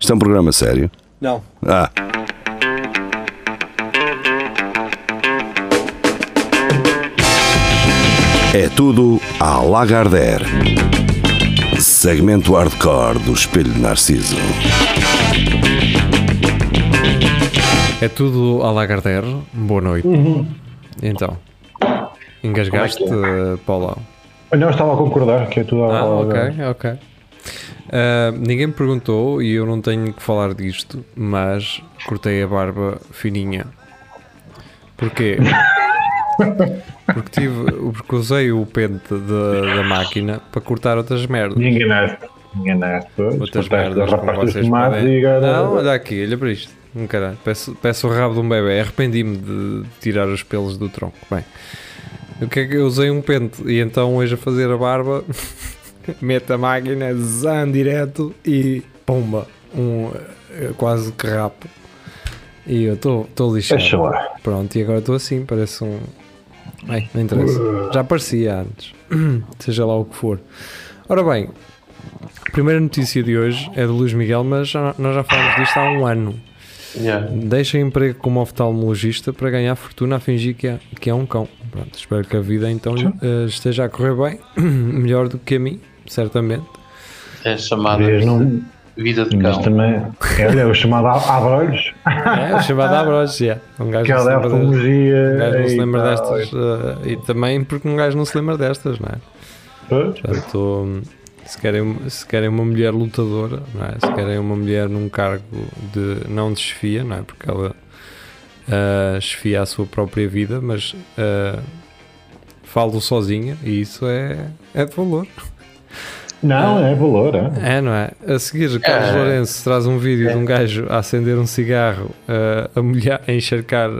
Isto é um programa sério. Não. Ah, é tudo à Lagardère. Segmento hardcore do Espelho de Narciso. É tudo à Lagardère. Boa noite. Então, engasgaste, eh, Paulão. Não, estava a concordar que é tudo Ah, ao- ok, ok. Ah, ninguém me perguntou e eu não tenho que falar disto, mas cortei a barba fininha. Porquê? Porque, tive, porque usei o pente da- da máquina para cortar outras merdas. Me enganaste. Me enganaste. Outras Despertaste, merdas como rapaste os vocês tomates podem... e agora- Não, olha aqui, olha para isto. Um caralho, peço, peço o rabo de um bebê. Arrependi-me de tirar os pelos do tronco. Bem, o que é que eu usei um pente e então hoje a fazer a barba, meto a máquina, zan direto e pomba, um eh, quase que rapo. E eu estou lixado. Deixa lá. Pronto, e agora estou assim, parece um. Ai, não interessa. Já parecia antes, seja lá o que for. Ora bem, a primeira notícia de hoje é de Luís Miguel, mas já- nós já falámos disto há um ano. Yeah. Deixa emprego como oftalmologista para ganhar fortuna a fingir que é, que é um cão. Pronto, espero que a vida então eh, esteja a correr bem, melhor do que a mim, certamente. É chamada Mas não- vida de Mas cão. também. É, Olha, o chamado a- Abrolhos. É, chamada Abroges, yeah. um gajo Que é não se a lembra de- um gajo oftalmologia. não se e lembra tal. destas. eh, e também porque um gajo não se lembra destas, não é? Pois, Portanto, hum, se querem, se querem uma mulher lutadora, não é? se querem uma mulher num cargo de não de chefia, não é? Porque ela ah, chefia a sua própria vida, mas ah, falo sozinha e isso é, é de valor. Não, é valor. é. É, não é? A seguir, Carlos É. Lourenço traz um vídeo de um gajo a acender um cigarro, ah, a mulher a encharcar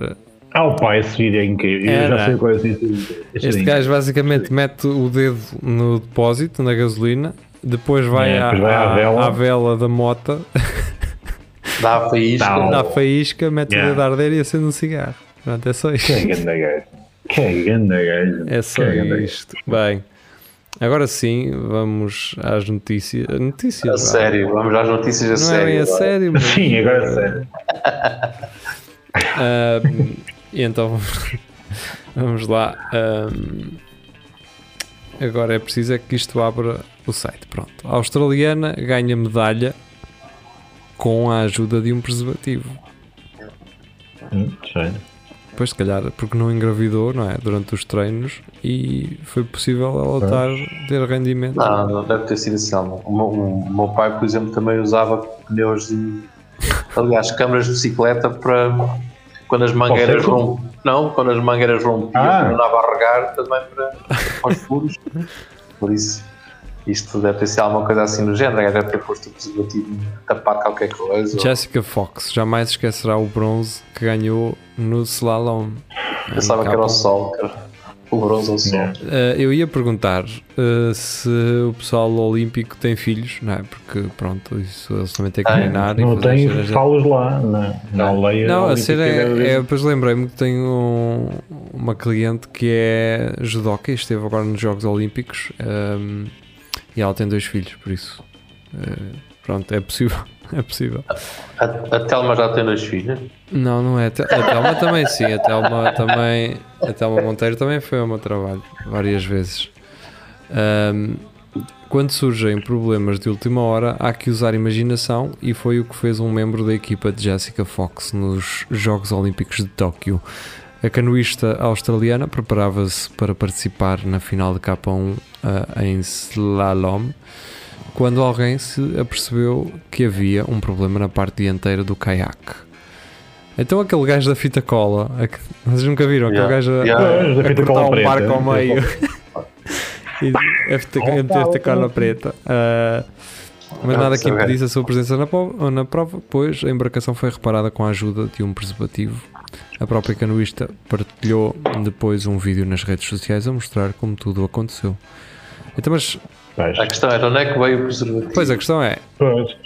Ah, o pai, esse vídeo é incrível. É, Eu não é? já sei qual é esse vídeo. Esse Este link. gajo basicamente mete o dedo no depósito, na gasolina, depois vai, É, à, depois vai à à- vela. à vela da mota, Dá a faísca. Não. dá faísca, mete Yeah. o dedo a arder e acende um cigarro. Pronto, é só Que é isto. grande gajo. Que é grande gajo. É só Que é grande isto. Bem, agora sim, vamos às notícias. Notícias? A vá. sério, vamos às notícias a é Não é sério. bem a agora. sério, gajo. mas... Sim, agora é sério. Ahm, e então vamos lá. Ahm, agora é preciso é que isto abra o site. Pronto. A australiana ganha medalha com a ajuda de um preservativo. Hum, sim. Pois, se calhar, porque não engravidou, não é? Durante os treinos e foi possível Ah. ela estar, ter rendimento. Ah, Não, não deve ter sido assim. não. O meu, o meu pai, por exemplo, também usava pneus de. Aliás, câmaras de bicicleta para. Quando as mangueiras seco? rompiam. Não, quando as mangueiras rompiam, Ah. não dava a regar também para, para os furos. Por isso, isto deve ter sido alguma coisa assim do género. Deve ter posto o preservativo, tapar qualquer coisa. ou- Jessica Fox jamais esquecerá o bronze que ganhou no slalom. Pensava que era o sol, que era o bronze é. ao sol. Uh, eu ia perguntar uh, se o pessoal olímpico tem filhos, não é? Porque, pronto, isso eles também têm que Tem. treinar. e Não fazer tem cenas de- falas lá. Não, não leia. Não, a Olímpica cena deve- é. é depois lembrei-me que tenho um- uma cliente que é judoca e esteve agora nos Jogos Olímpicos um, e ela tem dois filhos, por isso. uh, pronto, é possível. É possível. A, a Telma já tem dois filhos. Não, não é. A Tel- a Telma também, sim. A Telma também. A Telma Monteiro também foi ao meu trabalho várias vezes. Ahm, quando surgem problemas de última hora, há que usar imaginação e foi o que fez um membro da equipa de Jessica Fox nos Jogos Olímpicos de Tóquio. A canoísta australiana preparava-se para participar na final de K1 ah, em slalom quando alguém se apercebeu que havia um problema na parte dianteira do caiaque. Então aquele gajo da fita cola, aque- vocês nunca viram aquele Yeah. gajo a- Yeah. Pois, da a fita cortar cola um preta, barco ao da fita meio e a fita, a fita cola preta. Ah, mas Não, nada que saber. impedisse a sua presença na, po- na prova, pois a embarcação foi reparada com a ajuda de um preservativo. A própria canoísta partilhou depois um vídeo nas redes sociais a mostrar como tudo aconteceu. Então, mas, Pois, A questão era onde é que veio o preservativo? pois a questão é, pois.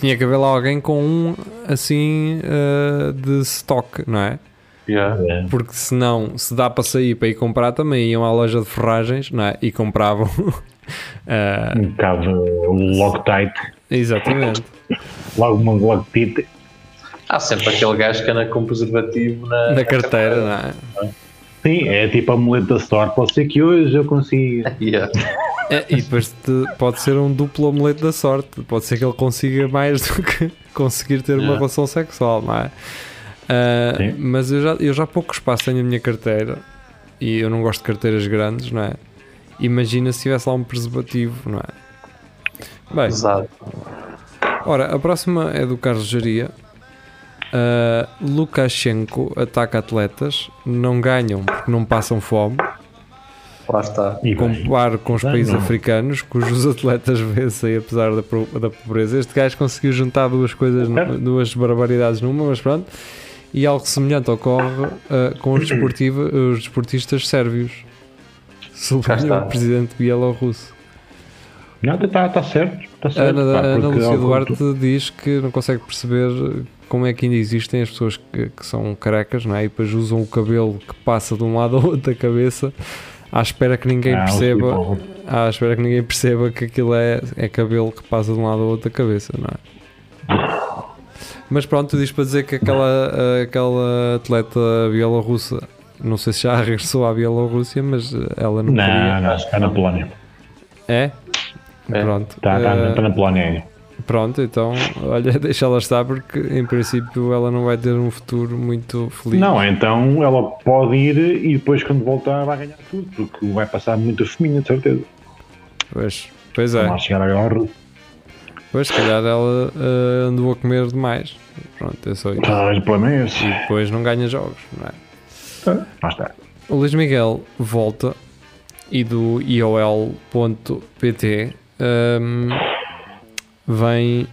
tinha que haver lá alguém com um assim ah, de stock, não é? Yeah. É. Porque senão, se dá para sair para ir comprar, também iam à loja de ferragens não é? e compravam. ah, Um bocado Loctite. Exatamente. Logo uma Glock Pit. Há sempre aquele gajo que anda com preservativo na, Na carteira, não é? Sim, é tipo a muleta da sorte. Pode ser que hoje eu consiga. Yeah. É, E depois te- pode ser um duplo omelete da sorte. Pode ser que ele consiga mais do que conseguir ter uma Yeah. relação sexual, não é? Ah, Sim. mas eu já, eu já pouco espaço tenho na minha carteira e eu não gosto de carteiras grandes, não é? Imagina se tivesse lá um preservativo, não é? Bem, Exato. Ora, a próxima é do Carlos Jaria. Ah, Lukashenko ataca atletas, não ganham porque não passam fome. Lá está. E bem, Comparo com os Bem, países não. africanos, cujos atletas vencem apesar da, pro- da pobreza. Este gajo conseguiu juntar duas coisas, nu- Certo. duas barbaridades numa, mas pronto. E algo semelhante ocorre ah, com os, desportiva- os desportistas sérvios. Sublinha está. o presidente bielorrusso. Não, está tá certo. Está A certo. Ana, pá, a Ana porque é Lúcia ao- Duarte diz que não consegue perceber como é que ainda existem as pessoas que, que são carecas não é? e depois usam o cabelo que passa de um lado ao outro da cabeça à espera que ninguém Ah, perceba tipo, à espera que ninguém perceba que aquilo é, é cabelo que passa de um lado ao outro da cabeça, não é? Mas pronto, diz para dizer que aquela, eh, aquela atleta bielorrussa, não sei se já regressou à Bielorrússia, mas ela não, queria. Não, não, está na Polónia. É? É. Pronto. Está tá, Eh, tá na Polónia ainda. Pronto, então, olha, deixa ela estar porque em princípio ela não vai ter um futuro muito feliz. Não, então ela pode ir e depois quando voltar vai ganhar tudo, porque vai passar muita fominha, de certeza. Pois, pois Não é. vai chegar agora. Pois, se calhar ela ah, andou a comer demais. Pronto, é só isso. Ah, o problema é esse. Depois não ganha jogos, não é? Ah, Lá está. O Luís Miguel volta e do iol.pt hum, vem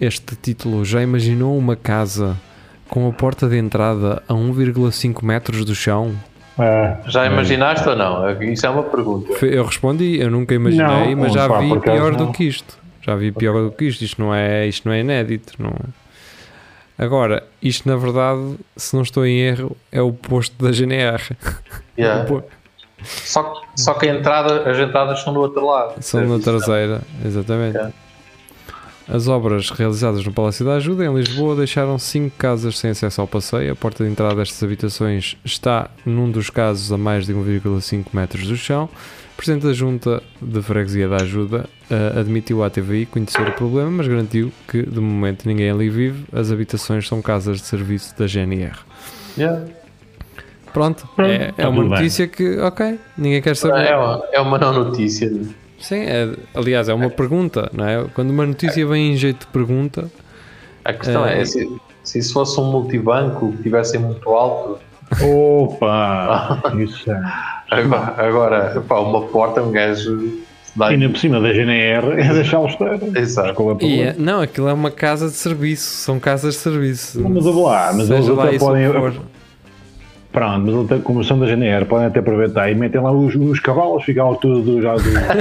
este título. Já imaginou uma casa com a porta de entrada a 1,5 metros do chão? Ah, Já imaginaste ou não? Isso é uma pergunta. Foi- Eu respondi, eu nunca imaginei, Não, mas já pá, vi por acaso pior do não. que isto. Já vi pior do que isto. Isto não é, isto não é inédito. Não. é? Agora, isto na verdade, se não estou em erro, é o posto da GNR. Yeah. O po- Só, que- só que a entrada, as entradas são do outro lado. São na traseira, exatamente. É. As obras realizadas no Palácio da Ajuda em Lisboa deixaram cinco casas sem acesso ao passeio. A porta de entrada destas habitações está, num dos casos, a mais de 1,5 metros do chão. O Presidente da Junta de Freguesia da Ajuda eh, admitiu à TVI conhecer o problema, mas garantiu que, de momento, ninguém ali vive. As habitações são casas de serviço da GNR. Yeah. Pronto, é, é tá uma tudo bem. notícia que, ok, ninguém quer saber. É uma, é uma não notícia. Sim, é- aliás, é uma pergunta, não é? Quando uma notícia vem em jeito de pergunta, A questão É. é, se, se isso fosse um multibanco que tivessem muito alto, Opa! Isso é. agora, agora, pá, uma porta, um gajo dá. Ainda por cima da GNR é deixá-lo estar. Exato. Qual é o e é- problema? não, aquilo é uma casa de serviço, são casas de serviço. Mas ouve lá, mas eles Seja lá até isso o podem- que for. Pronto, mas até, como são da GNR, podem até aproveitar e metem lá os, os cavalos, fica à altura do. Já do Está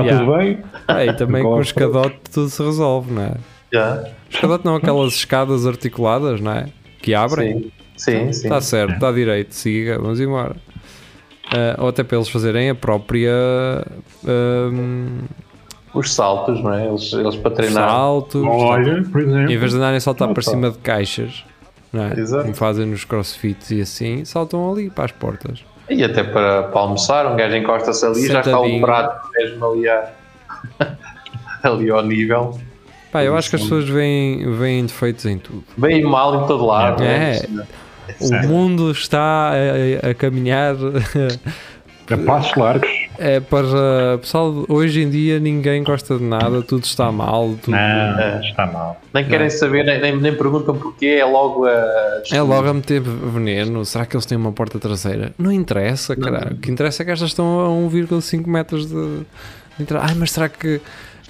Yeah. tudo bem? Ah, e também com Qual o é o escadote tudo se resolve, não é? Yeah. Escadote não, aquelas escadas articuladas, não é? Que abrem. Sim, sim, sim. Está certo, está direito, siga, vamos embora. Ah, ou até para eles fazerem a própria ah, ahm, Os saltos, não é? Eles, eles para treinar. saltos, Olha, por exemplo. Em vez de andarem a saltar para pá. cima de caixas, não é? Exato. como fazem nos crossfits e assim, saltam ali para as portas. E até para, para almoçar, um gajo encosta-se ali, já está o Sentadinho. prato mesmo ali, a, ali ao nível. Pá, eu acho que as pessoas veem, veem defeitos em tudo. Bem e mal em todo lado. né? não É. O Certo. mundo está a, a- a caminhar A passos largos. é para. Pessoal, hoje em dia ninguém gosta de nada, tudo está mal, tudo- É. Não, está mal. Nem querem saber, nem, nem, nem perguntam porquê, é logo a. É logo a meter veneno. Será que eles têm uma porta traseira? Não interessa, caralho. O que interessa é que estas estão a 1,5 metros de, de entrada. Ai, mas será que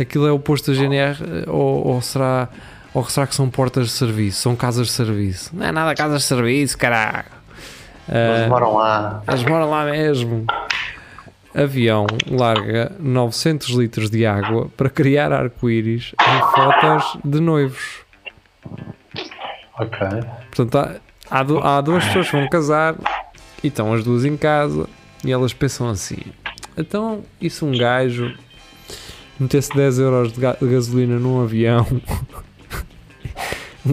aquilo é o posto da GNR? eh, Ou, ou será, ou será que são portas de serviço? São casas de serviço? Não é nada casas de serviço, caralho. Eles Ah, moram lá. eles moram lá mesmo. Avião larga 900 litros de água para criar arco-íris em fotos de noivos. Ok. Portanto, há, há, du- há duas pessoas que vão casar e estão as duas em casa e elas pensam assim: então, e se um gajo metesse 10 euros de, ga- de gasolina num avião, um Que é o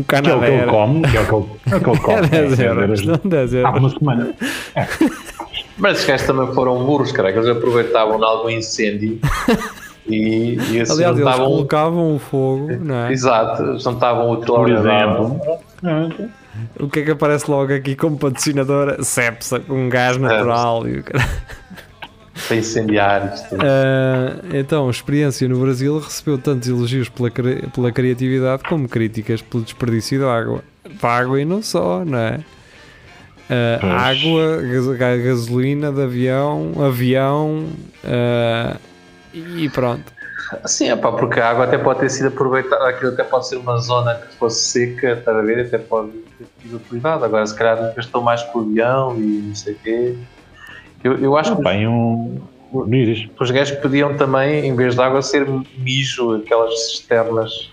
que ele canadera. come, que é o que ele, é o que ele come. É 10 é euros, Ah, não 10 Há euros. uma semana. Mas esses gajos também foram burros, cara, que eles aproveitavam de algum incêndio e, e assim Aliás, eles juntavam. colocavam o fogo, não é? Exato, juntavam o Por telógrafo. exemplo. Ah, O que é que aparece logo aqui como patrocinadora? Cepsa, com gás natural. E o cara... Para incendiar isto. Ah, então, a experiência no Brasil recebeu tantos elogios pela, cri- pela criatividade como críticas pelo desperdício de água. De água e não só, não é? Ah, Pois. água, gas- ga- gasolina de avião, avião ah, e pronto. Sim, é pá, porque a água até pode ter sido aproveitada, aquilo até pode ser uma zona que fosse seca, estás a ver? Até pode ter sido utilizado. Agora, se calhar, gastou mais com o avião e não sei o quê. Eu, eu acho que Bem, um. Dizes. os gajos podiam também, em vez de água, ser mijo, aquelas cisternas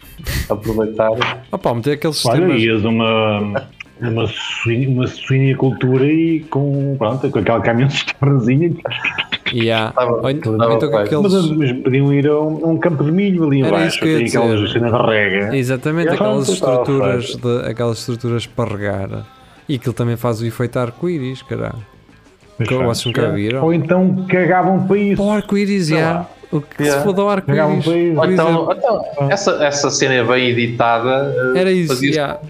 aproveitar. Opa, meter aqueles Olha, sistemas. ias uma. Uma, suini, uma suinicultura e com, pronto, com aquele caminhão de esterrazinha. Yeah. Tava- Ou então- tava ou então com feito. aqueles- Mas, mas podiam ir a um, a um campo de milho ali Era isso embaixo. que eu ia Tem aquelas dizer. cenas de rega. Exatamente, Eu aquelas não sei qual estruturas, de, aquelas estruturas para regar. E aquilo também faz o efeito arco-íris, caralho. Mas Que eu pronto. acho que nunca viram. Ou então cagavam para isso. Para o arco-íris, Sei já. lá. O que Yeah. se for ao Pegavam arco-íris. para isso. Ou por então, exemplo. hum. ou então, essa, essa cena bem editada. eh, Era isso, fazia-se- yeah.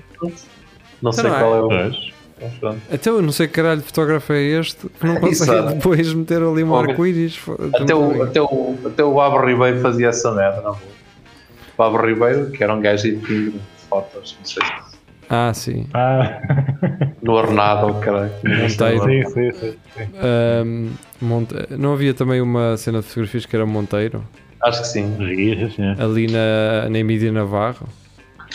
Não sei Não é? qual é o. Pois. Pronto. Então eu não sei que caralho de fotógrafo é este que não consegue Exato. depois meter ali um Óbvio. arco-íris. Até o, até, o, até o Babo Ribeiro fazia essa merda, não vou. Babo Ribeiro, que era um gajo de pingo de fotos, não sei se. Ah, sim. Ah, No ornado, ou caralho. Não sei. sim, sim, sim. Ahm, Monte- Não havia também uma cena de fotografias que era um Monteiro? Acho que sim. Sim, sim. Ali na, na Emília Navarro?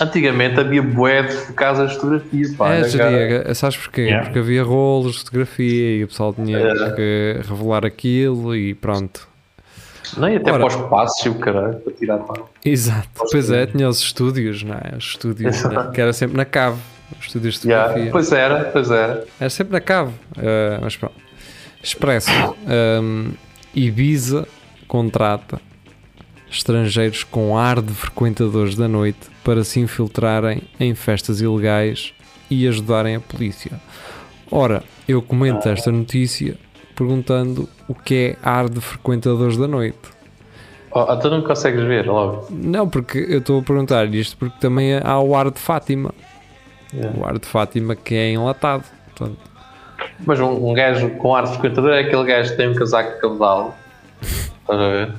Antigamente havia bué de casas de fotografia, pá. é, era cara- geria, sabes porquê? Yeah. Porque havia rolos de fotografia e o pessoal tinha É. que revelar aquilo e pronto. Não, e até Ora. para os passos e o caralho, para tirar pá. Exato. Posso Pois é, dizer. tinha os estúdios, não é? Os estúdios, Exato. né? que era sempre na cave. Os estúdios de Yeah. fotografia. Pois era, pois era. Era sempre na cave. eh, mas pronto. Expresso. Um, Ibiza contrata estrangeiros com ar de frequentadores da noite para se infiltrarem em festas ilegais e ajudarem a polícia. Ora, eu comento esta notícia perguntando o que é ar de frequentadores da noite. Oh, então não consegues ver logo. Não, porque eu estou a perguntar isto porque também há o ar de Fátima. Yeah. O ar de Fátima que é enlatado. Portanto, Mas um, um gajo com ar de frequentador é aquele gajo que tem um casaco de cabedal. Estás a ver?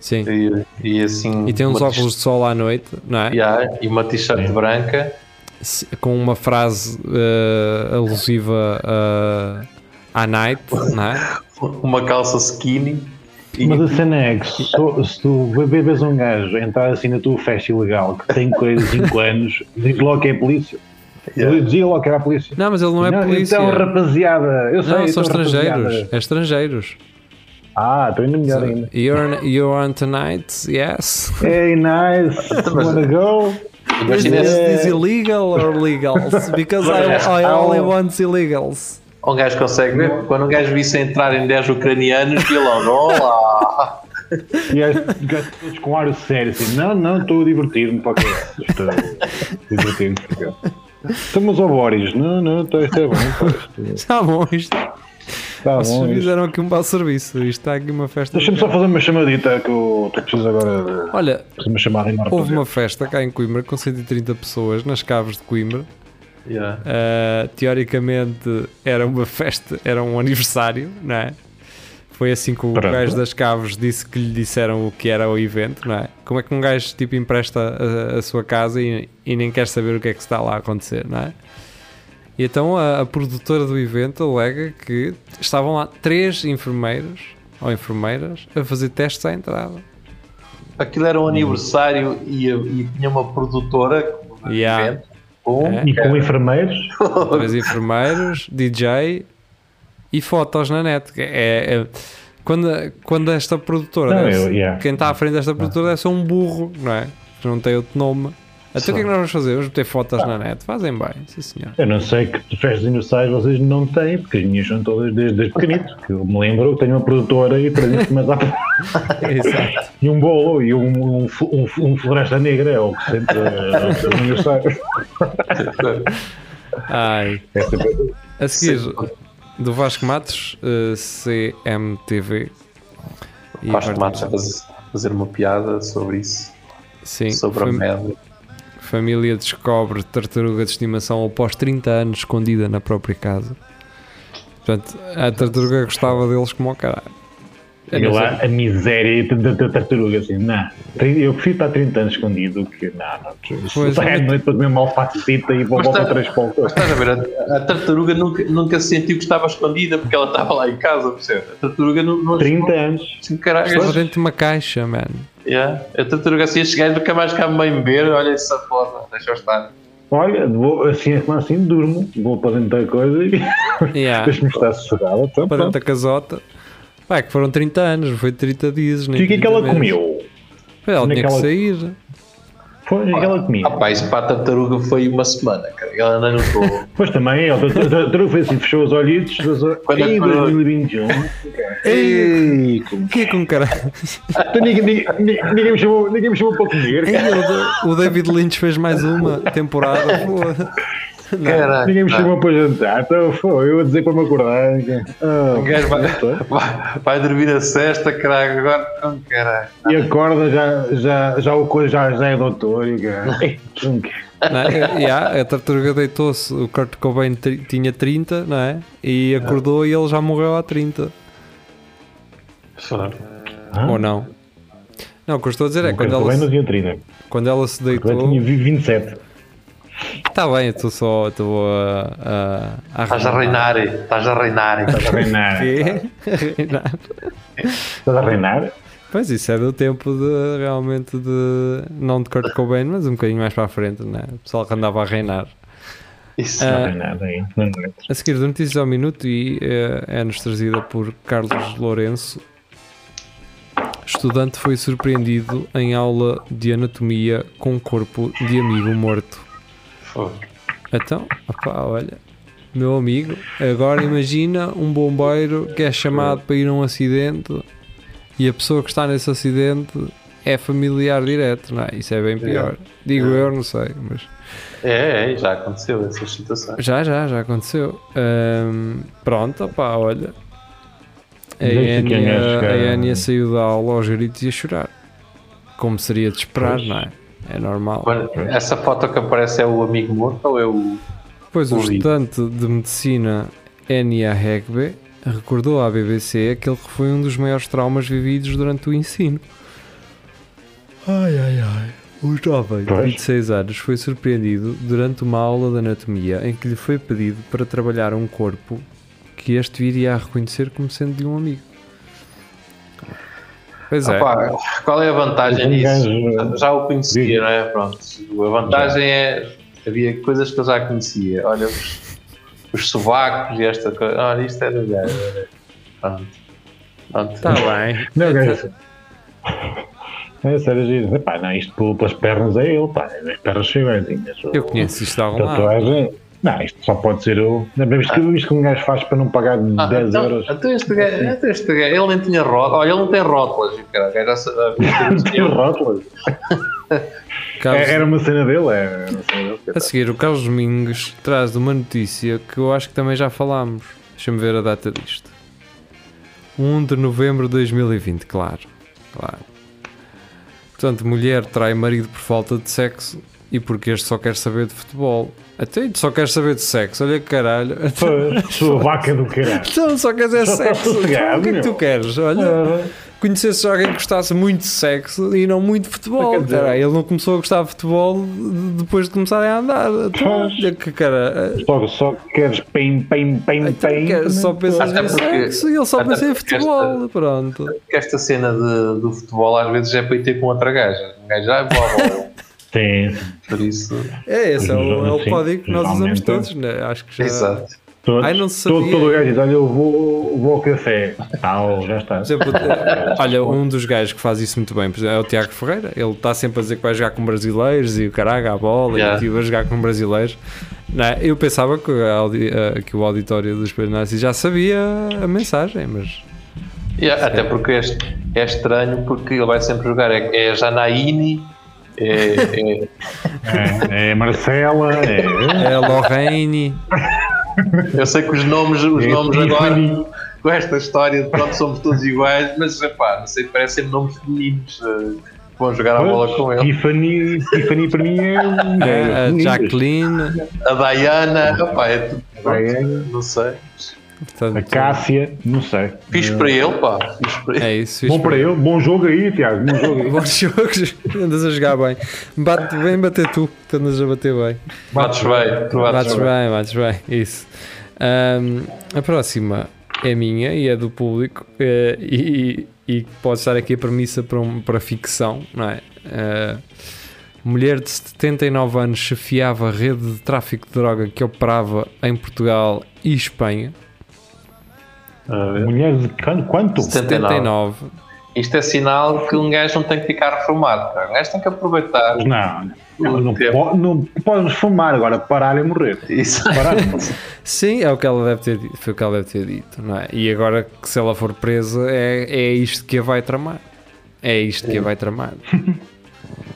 sim. E, e assim. E tem uns uma óculos de sol à noite, não é? Yeah, e uma t-shirt branca. Se- Com uma frase eh, alusiva eh, à night, não é? uma calça skinny e Mas a cena é que se, só- se tu bebes um gajo a entrar assim na tua festa ilegal que tem coisa de 5 anos, diz logo que é a polícia. Eu dizia logo que era a polícia. Não, mas ele não é polícia. Então, rapaziada, eu sei não, são então, estrangeiros. rapaziada. É estrangeiros. Ah, estou ainda melhor ainda. You're, you're on tonight, yes. Hey, nice, wanna go? Is imagina this esse- is illegal or legals? Because I, I only want illegals. um gajo consegue ver quando um gajo visse entrar em 10 ucranianos e ele logo, olá E as gajos todos com ar sério assim, não, não, estou a divertir-me para é quê? Estou a divertir-me para é quê? Estamos ao Boris, não, não, isto é bom, pá, isto Está Tá bom, isto. está bom. Vocês isto- fizeram aqui um mau serviço. Isto está aqui uma festa. Deixa-me só fazer uma chamadita que eu eu preciso agora de Olha, fazer uma chamada em Marta. houve uma festa cá em Coimbra com 130 pessoas nas caves de Coimbra. Yeah. Uh, teoricamente era uma festa, era um aniversário, não é? Foi assim que o Pronto. gajo das Caves disse que lhe disseram o que era o evento, não é? Como é que um gajo tipo empresta a, a sua casa e, e nem quer saber o que é que está lá a acontecer, não é? E então a, a produtora do evento alega que estavam lá três enfermeiros ou enfermeiras a fazer testes à entrada. aquilo era um Hum. aniversário e, e tinha uma produtora Yeah. evento, com É. E com enfermeiros, Três enfermeiros, DJ e fotos na net. que É, é- quando, quando esta produtora. Não, deve- eu- yeah. Ah. Quem está à frente desta produtora deve ser um burro, não é? Que não tem outro nome. A Então o que é que nós vamos fazer? Vamos meter fotos Ah. na net? Fazem bem, sim senhor. Eu não sei que festas universais vocês não têm, porque as minhas são todas desde, desde pequenito. Que eu me lembro, eu tenho uma produtora e trazemos umas à Exato. E um bolo e um, um, um, um floresta negra é o que sempre é o que é o aniversário. Ai. É sempre- A seguir, do Vasco Matos, eh, CMTV. E Vasco Eduardo Matos a Gonçalves. faz- fazer uma piada sobre isso, Sim, sobre a fam- merda. família descobre tartaruga de estimação após 30 anos escondida na própria casa. Portanto, a tartaruga gostava deles como o caralho. Eu E não lá a miséria da- da da tartaruga, assim, não. Eu prefiro estar 30 anos escondido que, não, não. Pois, é. sai à mas- noite para comer uma alfacita e vou Mas voltar tá- três para o Mas estás a ver, a, a tartaruga nunca, nunca sentiu que estava escondida porque ela estava lá em casa, percebe? A tartaruga não. não 30 anos. Sim, caralho. Estava dentro de uma caixa, mano. Yeah. A tartaruga assim a chegar e nunca mais cá me bem beber, olha essa foda, deixa eu estar. Olha, vou, assim, assim, durmo, vou para dentro da coisa e Yeah. deixa-me estar sossegada. Então, Ah. Para pronto. dentro da casota. Pá, é que foram 30 anos, não foi 30 dias. E o que é que ela comeu? Ela Onde é tinha que que ela- sair. Foi o que é que ela comia. Ah, pá, isso para a tartaruga foi uma semana, cara. Ela ainda não foi. Pois também, a tartaruga fez assim, fechou os olhitos, fechou- Quando é Ei, acordou. 2021. Ei, o que é com caralho? Então ninguém, ninguém, ninguém me chamou, ninguém me chamou para comer. Ei, o, Da- o David Lynch fez mais uma temporada. foda. Caralho. Ninguém me pá. chamou para jantar, então foi eu a dizer para me acordar. ninguém- O gajo vai, Ah, vai, vai dormir a sexta, caralho, agora como caralho. e acorda, já, já, já o coisa já, já é doutor. E, então, cara, ei, não quero. Não é? Yeah, a tartaruga deitou-se, o Kurt Cobain tri- tinha 30, não é? E acordou e ele já morreu há 30. Ah. Ou não? Não, o que eu estou a dizer é quando Também ela, não se, tinha 30, quando ela se também deitou. tinha 27. Está bem, eu estou só eu estou a, a, a Estás a reinar, estás a reinar. Estás a reinar. Quê? A reinar. Estás a reinar? Pois isso é do tempo de realmente de. Não de Kurt Cobain, mas um bocadinho mais para a frente, não é? O pessoal que andava a reinar. Isso. Estás a Ah. reinar, aí, na noite. A seguir, de notícias ao minuto e eh, é-nos trazida por Carlos Lourenço. Estudante foi surpreendido em aula de anatomia com um corpo de amigo morto. Fogo. Então, opá, olha, meu amigo, agora imagina um bombeiro que é chamado para ir a um acidente e a pessoa que está nesse acidente é familiar direto, não é? Isso é bem pior. Digo eu, não sei, mas. É, é, já aconteceu essas situações. Já, já, já aconteceu. Ahm, pronto, opá, olha. A Deixa que a Enya- gaja chegar. a Enya saiu da aula aos gritos e a chorar. Como seria de esperar, não é? É normal. Agora, Essa foto que aparece é o amigo morto ou é o. Pois o Horrível. estudante de medicina Enya Hegbe recordou à BBC aquele que foi um dos maiores traumas vividos durante o ensino. Ai, ai, ai. O jovem de Pois. 26 anos foi surpreendido durante uma aula de anatomia em que lhe foi pedido para trabalhar um corpo que este viria a reconhecer como sendo de um amigo. Pois é, Opá, qual é a vantagem Um nisso? gajo- Já o conhecia, não é? Pronto. A vantagem é. Havia coisas que eu já conhecia. Olha, os, os sovacos e esta coisa. Olha, isto era velho. olha. Pronto. Pronto. está Tá bem. Não, é Então- gajo. É sério, giro. Epá, não, isto pelo- pelas pernas é ele, pá. As pernas cheirosinhas. Eu conheço isto de Tá algum lado. Tatuagem. é- Não, isto só pode ser o. Não, mas isto, isto que um gajo faz para não pagar Ah, 10 então, euros. então este gajo, então este gajo, ele nem tinha rótulas, olha, ele não tem rótulas, cara, já Tem sabe. rótulas. Carlos- É- Era uma cena dele, é. Era uma cena dele. A seguir, o Carlos Domingos traz uma notícia que eu acho que também já falámos. Deixa-me ver a data disto. 1 de novembro de 2020, claro. claro. Portanto, mulher trai marido por falta de sexo e porque este só quer saber de futebol. Até ele só quer saber de sexo, olha que caralho. Pô, Sua vaca do caralho. Então, só queres é Só tá sexo. Então, sossegado, o que é que tu meu. queres? Olha, conhecesse alguém que gostasse muito de sexo e não muito de futebol. Quer dizer- Caralho, ele não começou a gostar de futebol de- depois de começarem a andar. Então, Pois. olha que cara. eh, Só, só queres pem, pem, pem, Então, pem. quer- só pensas Até em porque- sexo e ele só até pensa em porque futebol. Pronto. Porque esta cena de- do futebol às vezes é para ir ter com outra gaja. Um gajo já é bola, Sim, por isso. É esse, é o, é o Sim, código que nós usamos geralmente. é. todos, né? Acho que já. Exato. Todos, Ai, não sabia. Todo, todo o gajo diz: Olha, eu vou, vou ao café. Tal, já está. Por exemplo, olha, um dos gajos que faz isso muito bem por exemplo, é o Tiago Ferreira. Ele está sempre a dizer que vai jogar com brasileiros e o caralho, a bola, Yeah. e o tio a jogar com brasileiros. Não, é? eu pensava que, a audi- eh, que o auditório dos Penassi já sabia a mensagem, mas Yeah, até porque é, est- é estranho porque ele vai sempre jogar. É, é Janaíni, é, é- É, é Marcela, é. é Lorraine. eu sei que os nomes, os É, nomes é, agora, é. com esta história de pronto somos todos iguais, mas repá, não sei, parecem nomes femininos eh, que vão jogar a bola com ele. Tiffany, Tiffany para mim é um a- a gajo. Jacqueline, A Diana, rapá, é tudo. Diana. Não sei. A portanto, Cássia, não sei. Fiz para ele, pá. Fiz para ele. é isso. Bom isto- para ele, bom jogo aí, Tiago. Bom jogo aí. Bons jogos, andas a jogar bem. Bate bem, bater tu, que andas a bater bem. Bates bem, tu Bates bates bem. bem, bates bem, isso. Ahm, a próxima é minha e é do público eh, e, e pode estar aqui a premissa para, um, para ficção, não é? Ah, mulher de 79 anos chefiava a rede de tráfico de droga que operava em Portugal e Espanha. Ah, é. Mulher de can- quanto? 79. 79. Isto é sinal que um gajo não tem que ficar reformado, cara. Um gajo tem que aproveitar. Não, não, não, Tempo. po- não podes fumar agora, parar e morrer. Isso. Parar. Sim, é o que ela deve ter dito, foi o que ela deve ter dito, não é? E agora que se ela for presa, é, é isto que a vai tramar. É isto que a vai tramar.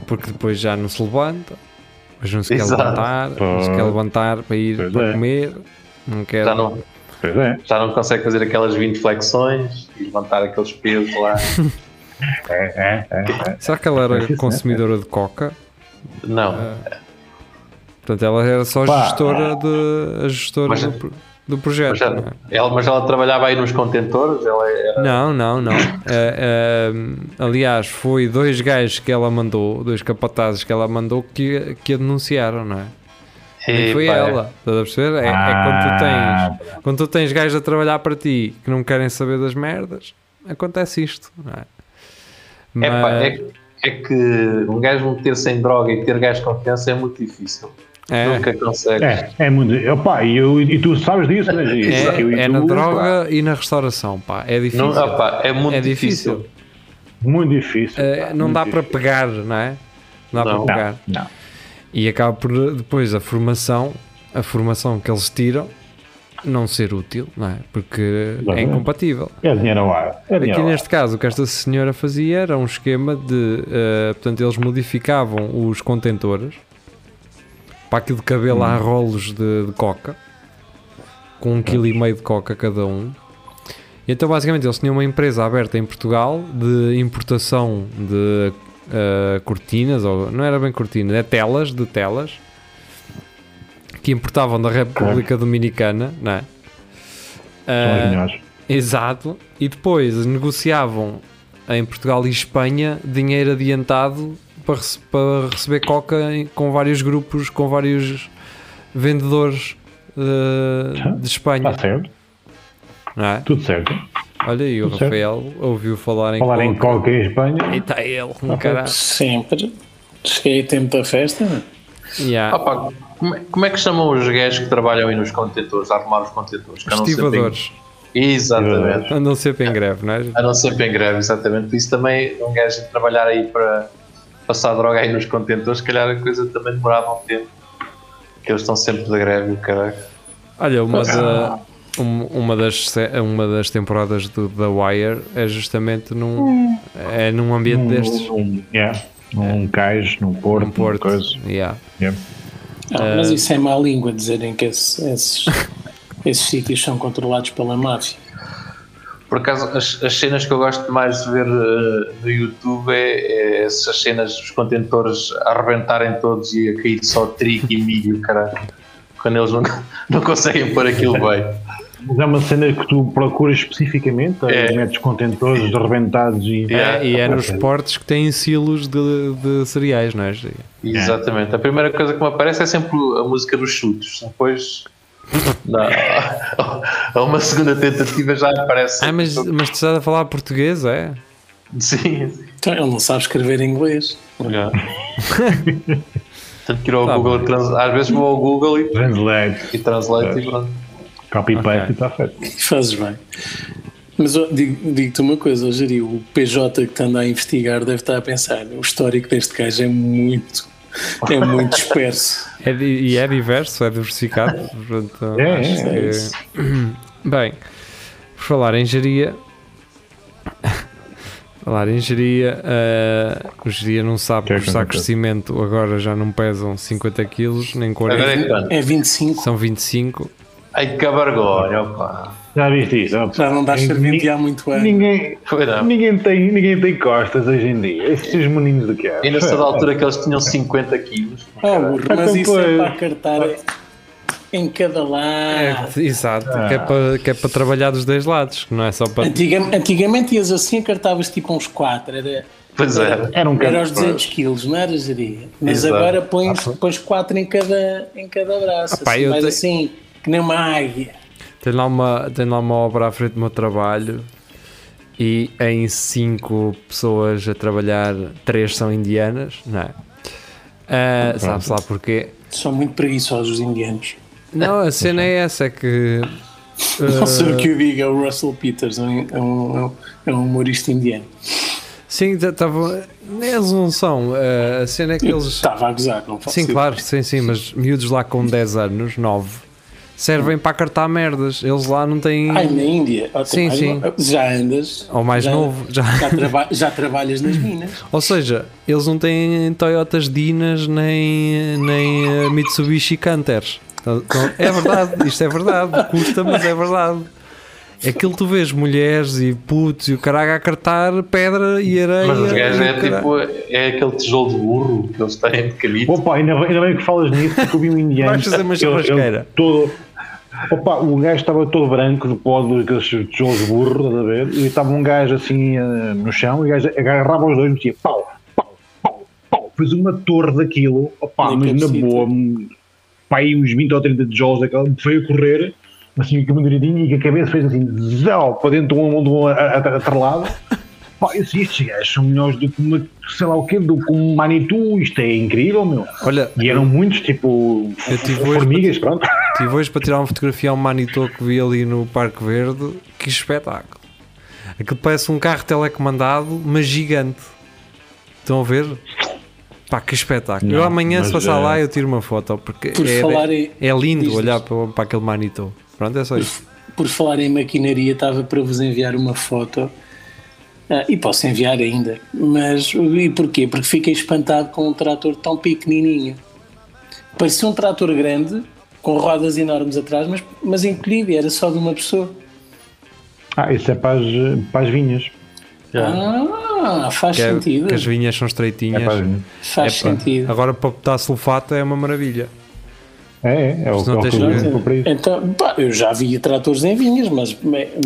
Porque depois já não se levanta, depois não se quer Exato. levantar, não se quer Pois. levantar para ir Pois para é. comer, não quer. Já não, pois é. já não consegue fazer aquelas 20 flexões e levantar aqueles pesos lá. É, é, é. Será que ela era consumidora de coca? Não. Portanto, ela era só Pá. gestora, de, a gestora Mas- do, pro- do projeto. Mas, já- não é? ela, mas ela trabalhava aí nos contentores, ela era. Não, não, não. Eh, eh, aliás, foi dois gajos que ela mandou, dois capatazes que ela mandou que, que a denunciaram, não é? Nem E, foi pá, ela, estás a perceber? É, Ah, é quando tu tens quando tu tens gajos a trabalhar para ti que não querem saber das merdas, acontece isto, não é? É, pá, é, Mas- que- é que um gajo meter-se em droga e ter gajo de confiança é muito difícil. é, Nunca consegue. É, é muito. Opa, e, eu, e tu sabes disso, né? Gi? é- Eu e é tu, na pá, droga e na restauração, pá, é difícil. Não, ah, pá, é muito é difícil. difícil. Muito difícil. Eh, pá, não muito dá para difícil. pegar, não é? Não dá Não. para pegar. Não. E acaba por depois a formação, a formação que eles tiram, não ser útil, não é? Porque é Exatamente. incompatível. É dinheiro ao ar. É dinheiro Aqui ao ar. neste caso, o que esta senhora fazia era um esquema de. eh, portanto, eles modificavam os contentores para aquilo de cabelo a rolos de, de coca, com um quilo e meio de coca cada um. E então, basicamente, eles tinham uma empresa aberta em Portugal de importação de eh, cortinas, ou não era bem cortinas, é telas, de telas, que importavam da República Dominicana, não é? São Ah, as melhores. Exato. E depois negociavam em Portugal e Espanha dinheiro adiantado para, rece- para receber coca em- com vários grupos, com vários vendedores Tá. eh, de, Espanha. Está certo. não é? Tudo certo. Olha aí, o Tudo Tá certo. Rafael ouviu falar em Falar em coca Tá em Espanha. E está ele, um caralho. Sempre. Cheguei a tempo da festa. não é? Ah, Yeah. pá, como, é- como é que chamam os gajos que trabalham aí nos contentores, a arrumar os contentores? Que andam sempre em- Estivadores. Exatamente. Andam sempre em greve, não é? Andam sempre em greve, exatamente. Isso também, um gajo de trabalhar aí para passar droga aí nos contentores, se calhar a coisa também demorava um tempo. Porque eles estão sempre de greve, o caralho. Olha, uma, da- um- uma, das, se- uma das temporadas do The Wire é justamente num, é num ambiente destes. Um, yeah, um cais, num porto, Num Porto. Uma coisa. é. Yeah. Yeah. Ah, mas isso é má língua dizerem que esse- esses, esses sítios são controlados pela máfia. Por acaso, as, as cenas que eu gosto mais de ver eh, no YouTube é, é essas cenas dos contentores a arrebentarem todos e a cair só trigo e milho, caralho. Quando eles não, não conseguem pôr aquilo bem. Mas é uma cena que tu procuras especificamente, É. é. metes contentores arrebentados e. Yeah. É, e é nos portos que têm silos de, de cereais, não é? Exatamente. A primeira coisa que me aparece é sempre a música dos chutes. Depois, dá- a uma segunda tentativa já aparece. Ah, mas, mas tu estás a falar português, é? Sim. Então ele não sabe escrever inglês. Tenho que ir ao Tá Google. trans- Às vezes vou ao Google e, Translate. e translate e pronto. Copy-paste e tá está feito. Fazes bem. Mas ó, digo- digo-te uma coisa, ó, Jari, o PJ que te anda a investigar deve estar a pensar, o histórico deste gajo é muito, é muito disperso. É di- e é diverso, é diversificado. Portanto, É, acho é, é que- isso. Bem, por falar em geria. falar em geria, eh, o geria não sabe Que que é os sacos de complicado. cimento agora já não pesam 50 kg nem Agora 40. é quanto? É 25, São 25. Ai que vergonha, opa. Já viste isso? já não dá servente há muito ano. Ninguém, Foi não. ninguém, tem, ninguém tem costas hoje em dia. Estes meninos do que é. Ainda sou da altura que eles tinham 50 quilos. Ah, burro, Então, mas isso é pois. para cartar em cada lado. É, exato, Ah. que, é para, que é para trabalhar dos dois lados, que não é só para. Antigam- antigamente ias assim, cartavas tipo uns 4, era, Pois é. era. Era um era aos canto. 200 quilos, não era Jari? Mas Exato. agora pões, pões 4 em cada, em cada braço, Ah, Epá, assim, eu mais te- assim, que nem uma águia. Tenho lá, uma, tenho lá uma obra à frente do meu trabalho e em cinco pessoas a trabalhar, três são indianas, não é? Ah, Sabe-se lá porquê? São muito preguiçosos os indianos. Não, a cena é essa, é que Eh, Não sei o que eu diga, o Russell Peters é um, é um- é um humorista indiano. sim, estavam. Eles não são. ah, a cena é que eles. Estava a gozar, não faço Sim, ideia. claro, sim, sim, mas miúdos lá com 10 anos, 9, servem para cartar merdas. Eles lá não têm. Ai, na Índia. Ah, Sim, ai, sim. Já andas. Ou mais já- novo, já. Já, traba- já trabalhas nas minas. Ou seja, eles não têm Toyotas Dinas nem, nem eh, Mitsubishi Canters. Então, então, é verdade, isto é verdade, custa, mas é verdade. É Aquilo tu vês mulheres e putos e o caralho a cartar pedra e areia. Mas os gajos e o é caralho. tipo, é aquele tijolo de burro que eles têm pequenito. Opa, ainda bem, ainda bem que falas nisso, porque eu vi um indiano. Vais fazer uma ele- ele churrasqueira. todo- Opa, o gajo estava todo branco do pó daqueles tijolos de burro, estás a ver? E estava um gajo assim eh, no chão, e o gajo agarrava os dois e metia pau, pau, pau, pau. Fez uma torre daquilo, opa, Nem mas na cabecita. boa, um- pá, aí uns 20 ou 30 tijolos daquela, veio a correr, assim, com direitinho, e que a cabeça fez assim, zau, para dentro de um, de um a- a- atrelado. Pá, esses estes gajos são melhores do que uma, sei lá o quê, do que um Manitou, isto é incrível, meu. Olha, E eram muitos, tipo, Eu tive hoje- formigas, pronto. estive hoje para tirar uma fotografia ao Manitô que vi ali no Parque Verde. Que espetáculo! Aquilo parece um carro telecomandado, mas gigante. Estão a ver? Pá, que espetáculo! eu amanhã, se mas passar é- lá, eu tiro uma foto, porque Por é, falar em- é lindo diz-nos. olhar para, para aquele Manitô. Pronto, é só isso. Por falar em maquinaria, estava para vos enviar uma foto. Ah, e posso enviar ainda. Mas e porquê? Porque fiquei espantado com um trator tão pequenininho. Parecia um trator grande, com rodas enormes atrás, mas, mas encolhido e era só de uma pessoa. Ah, isso é para as, para as vinhas. Ah, faz Que, é- sentido. que as vinhas são É estreitinhas. para as vinhas. Faz Epá, sentido. Agora, para botar sulfato é uma maravilha. É, é, é o Se que não é o tens que eu nada. uso para isso. Então, pá, eu já vi tratores em vinhas, mas,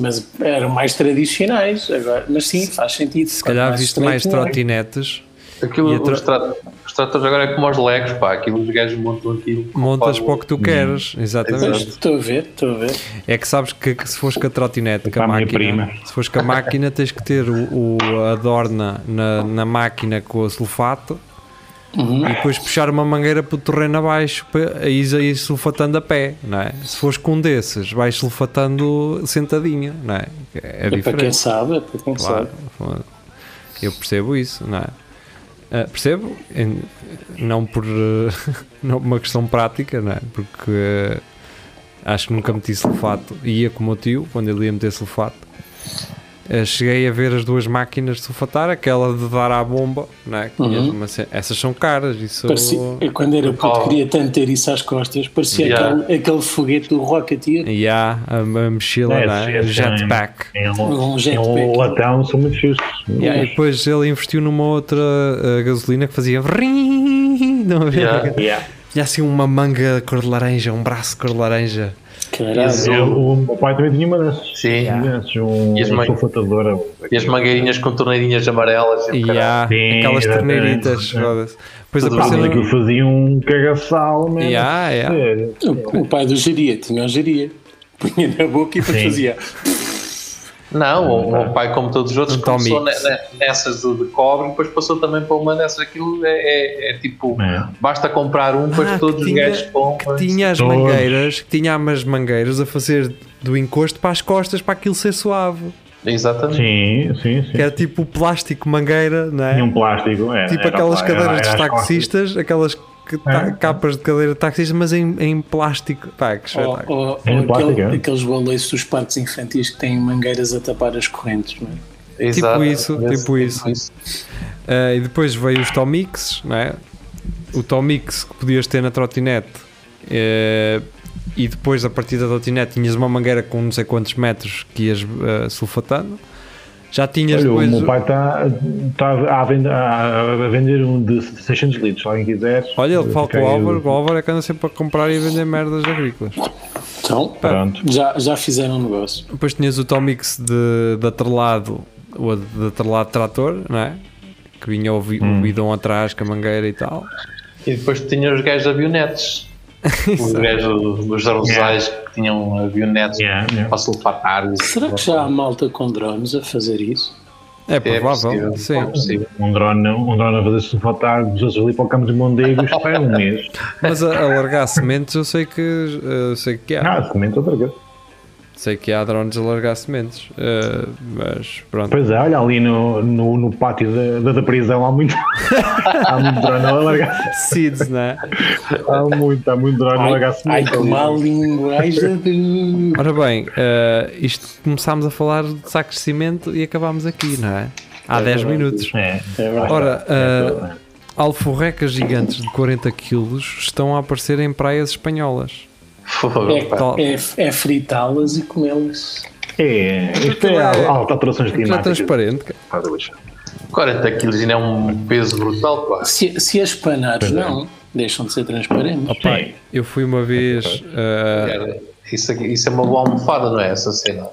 mas eram mais tradicionais. Agora, mas sim, faz sentido. Se calhar viste mais trotinetes, Aquilo, E a tra- os, tra- os tratores agora é como os legos, pá. Aquilo os gajos montam aquilo. montas para o conforme- Hum. que tu queres. Exatamente. Estou a ver, estou a ver. É que sabes que, que se fores com a trotinete, com Para a a minha máquina, prima. se fores com a máquina, tens que ter o, o- a dorna na, na máquina com o sulfato Uhum. e depois puxar uma mangueira para o terreno abaixo para aí aí sulfatando a pé, não é? Se fores com um desses, vais sulfatando sentadinho, não é? É É para quem diferente, sabe, é para quem claro. sabe. Eu percebo isso, não é? Ah, percebo, em- não por eh, não por uma questão prática, não é? Porque eh, acho que nunca meti sulfato. Ia com o meu tio, quando ele ia meter sulfato. Eh, cheguei a ver as duas máquinas de sulfatar, aquela de dar à bomba, não é? Que tinhas uma ce- essas são caras, isso Parecia, eu, quando era puto, Oh. queria tanto ter isso às costas. Parecia Yeah. aquele, aquele foguete do Rocketeer. e há a, a mochila, É, não é? esse- esse é- Jetpack. É Um um, é jetpack. um latão, são muito justos. E É. depois ele investiu numa outra eh, gasolina que fazia vrim, não é? Yeah. Yeah. Tinha assim uma manga cor de laranja, um braço cor de laranja. Caralho. Eu- o meu pai também tinha uma dessas. Sim. Tinha dessas, um E as mães? sulfatador. E as mangueirinhas com torneirinhas amarelas. E o caralho. há Sim, aquelas exatamente. torneiritas. foda-se. Depois Tudo Ah, Sim. mas apareceram. aquilo fazia um cagaçal, mesmo. E há, e há. É. O, o pai do Geria tinha o Geria. Punha na boca e depois Sim. fazia. Não, o, o pai, como todos os outros, Uhum. Um começou Tomix. ne- ne- nessas de, de cobre, depois passou também para uma dessas. Aquilo é, é- é tipo, É. basta comprar um, depois Ah, que todos os tinha- gajos compram. Que tinha as Todos. mangueiras, que tinha umas mangueiras a fazer do encosto para as costas para aquilo ser suave. Exatamente. Sim, sim, sim. Que era tipo o plástico mangueira, não é? Tinha um plástico. é, tipo era aquelas pá, cadeiras era- dos era as costas. taxistas, aquelas que ta- É. capas de cadeira de taxista, mas em, em plástico. Pá, que Ou, espetáculo. ou, É ou de plástico, aquele- é? aqueles baleiços dos parques infantis que têm mangueiras a tapar as correntes, não é? Exato. Tipo isso, Esse- tipo isso. Ah, e depois veio os Tomix, não é? O Tomix que podias ter na trotinete. eh, e depois, a partir da trotinete, tinhas uma mangueira com não sei quantos metros que ias eh, sulfatando. Já tinhas Olha, o depois. meu pai está tá a, vender, a- a vender um de 600 litros, se alguém quiser. Olha, ele fala com Fica o aí Álvaro, o Álvaro é que anda sempre a comprar e vender merdas agrícolas. Então, Pronto. já, já fizeram um negócio. Depois tinhas o Tomix de, de atrelado, ou de atrelado trator, não é? Que vinha o, vi, o bidão atrás com a mangueira e tal. E depois tinha os gajos de avionetes. os gajos dos arrozais que tinham avionetes Yeah, yeah. para sulfatar. Será que já há malta com drones a fazer isso? É É provável, possível, é sim. possível. Um drone, um drone a fazer-se soltar, os outros ali para o campo de Mondegos, para um mês. Mas a, a largar sementes eu sei que, eh, sei que há. Ah, comenta outra coisa. Sei que há drones a largar sementes, eh, mas pronto. Pois é, olha ali no, no, no pátio da, da, da prisão há muito, há muito drone a largar. Seeds, não é? Há muito, há muito drone a Ai, largar. ai, que má língua, ai, Jesus. Ora bem, eh, isto começámos a falar de sacos de cimento e acabámos aqui, não é? Há 10 minutos. É, Ora, eh, alforrecas gigantes de 40 quilos estão a aparecer em praias espanholas. Fogo, pá. Tal- é, é, é fritá-las e comê-las. é, isto é é- alta alterações Já climáticas. transparente, cara. Ah, deixa. 40 quilos ainda é um peso brutal, pá. Se, se as panares é. não, deixam de ser transparentes. Opa, Sim. eu fui uma vez. eh, Cara, Isso, aqui- isso é uma boa almofada, não é? Essa cena.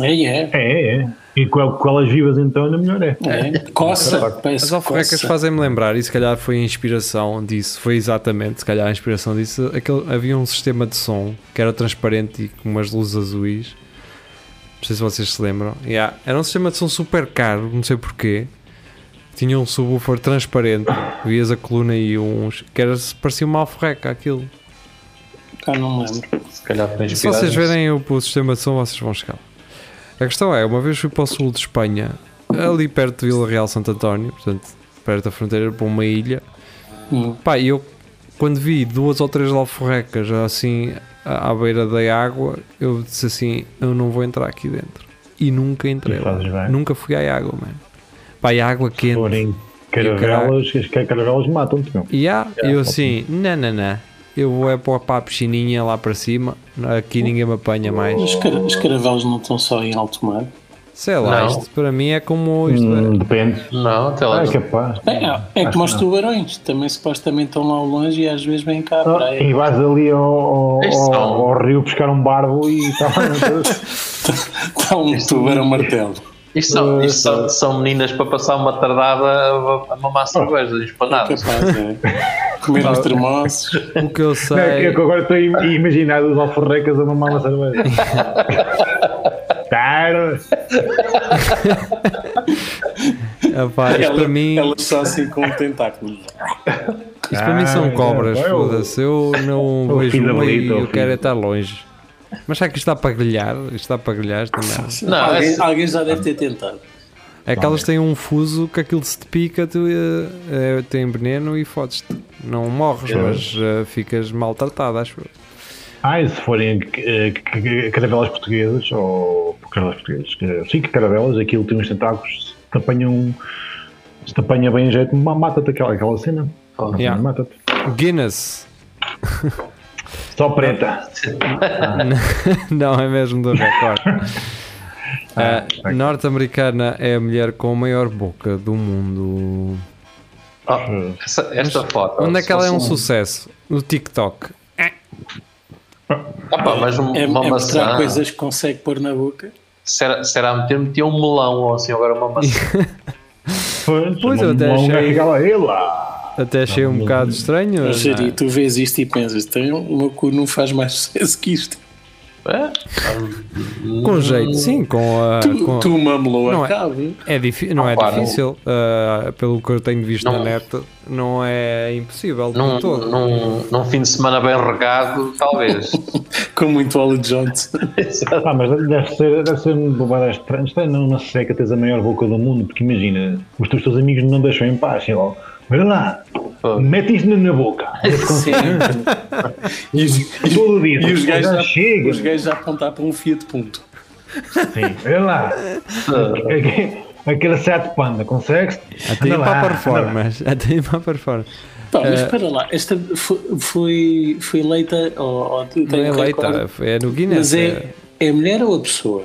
É, é. É, é, é. E com, com elas vivas então ainda melhor é. é. Coça, parece as alforrecas coça. fazem-me lembrar, e se calhar foi a inspiração disso, foi exatamente, se calhar a inspiração disso. Aquele, havia um sistema de som que era transparente e com umas luzes azuis. Não sei se vocês se lembram. Yeah, Era um sistema de som super caro, não sei porquê. Tinha um subwoofer transparente, vias a coluna e uns. que era, parecia uma alforreca aquilo. Ah, não me lembro. Se calhar para Se inspirar. vocês verem o, o sistema de som, vocês vão chegar. A questão é, uma vez fui para o sul de Espanha, ali perto de Vila Real Santo António, portanto, perto da fronteira, para uma ilha. Hum. Pá, e eu quando vi duas ou três alforrecas assim à à beira da água, eu disse assim, eu não vou entrar aqui dentro. E nunca entrei. E lá. fazes bem. Nunca fui à água, mano. Pá, e a água quente. Porém, caravelas, as ca- caravelas matam-te, meu. E há, eu assim, não, não, não. Eu vou é pôr para a piscininha lá para cima, aqui ninguém me apanha mais. Os, cara, os caravelos não estão só em alto mar. Sei lá, Não. isto para mim é como isto Hum, depende. Não, até lá. Ah, é capaz. É, é como os tubarões, também supostamente estão lá ao longe e às vezes vêm cá à Ah, praia. e vais ali ao, ao, Eles ao- são. ao rio buscar um barbo e estava Está um tubarão martelo. Isto, são, isto são, são meninas para passar uma tardada a, a Ah. mamar cerveja, espanadas. Capaz, é. Comer uns termossos. Hum. O que eu sei. Eu é que agora estou a im- a imaginar os alforrecas a mamar uma cerveja. Tarde! Epá, Ah, isto para mim, Elas só assim com um tentáculo. isto para mim Ah, são já cobras, vai, o- foda-se. Eu não o vejo filho uma e bonito, o eu filho. quero é estar longe. Mas será que isto dá para grelhar? Isto dá para grelhar esta merda. Não, alguém, essa- alguém já deve ter tentado. É que elas têm um fuso que aquilo se te pica, tu, eh, eh, tem veneno e fodes-te. Não morres, mas eh, ficas maltratado, acho eu. Ah, e se forem eh, c- c- caravelas portuguesas, ou caravelas portuguesas, que- sim, que caravelas, aquilo tem uns tentáculos, se te apanham, se te apanha bem em jeito, ma- mata-te aquela, aquela cena. Yeah. Mata-te. Guinness. Só preta. Não, é mesmo do recorde. Ah, A norte-americana é a mulher com a maior boca do mundo. Oh, essa, esta foto. assim, Onde é que se ela é um fosse sucesso? No TikTok. Ah, pá, mas um- É, é uma mostrar maçã. coisas que consegue pôr na boca. Será, será meter, metia um melão ou assim, agora uma maçã. Pois, eu até achei- Ficar lá, "Ei lá. Até achei um bocado estranho. Mas, não é? Jari, tu vês isto e pensas, então, o meu cu não faz mais sucesso que isto. É? Com jeito, sim, com a. com- Tu, tu mamelou Não a é. cabo. É difí- não é Opa, não- difícil, ah, pelo que eu tenho visto na Não- net, não é impossível de Num, todo. num, num fim de semana bem regado, talvez. Com muito óleo de Johnson. Ah, mas deve ser, deve ser uma bobada estranha. Estranho não, na seca tens a maior boca do mundo, porque imagina, os teus, teus amigos não deixam em paz. Sei lá, vê lá, Pô. mete isto na minha boca. Sim. E os, Todo dia. e os gajos já, chega. os gajos já apontar para um Fiat Punto. Sim, vê lá. Aquele- Aquele sete panda, consegues? Até ir para Anda lá, a anda lá. performance. Até ir para a performance. Pá, mas Eh, espera lá, esta fo- foi, foi eleita, ou, ou tem Não é um recorde, eleita, é no Guinness. mas é, é a mulher ou a pessoa?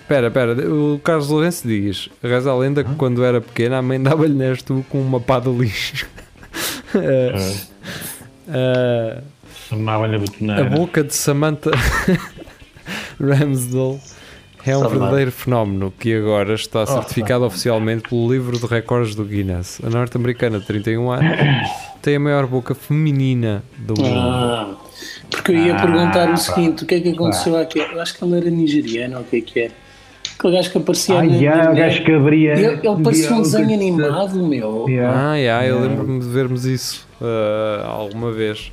Espera, espera, o Carlos Lourenço diz: reza a lenda que quando era pequena a mãe dava-lhe nesto com uma pá de lixo. Eh, Ah, Chamava-lhe a a botoneira. boca de Samantha Ramsdale é um Samantha. verdadeiro fenómeno que agora Oh. está certificado Samantha. oficialmente pelo livro de recordes do Guinness. A norte-americana de 31 anos tem a maior boca feminina do mundo. Ah, porque eu ia Ah, perguntar o pá. seguinte: o que é que aconteceu àquele? Eu acho que ele era nigeriano, ou o que é que é? Aquele gajo que aparecia. Ai, na- yeah, na- o gajo que abria. Ele, ele parecia um Yeah, desenho o- é animado, meu. Yeah. Ah, yeah, eu lembro-me de vermos isso ah, alguma vez.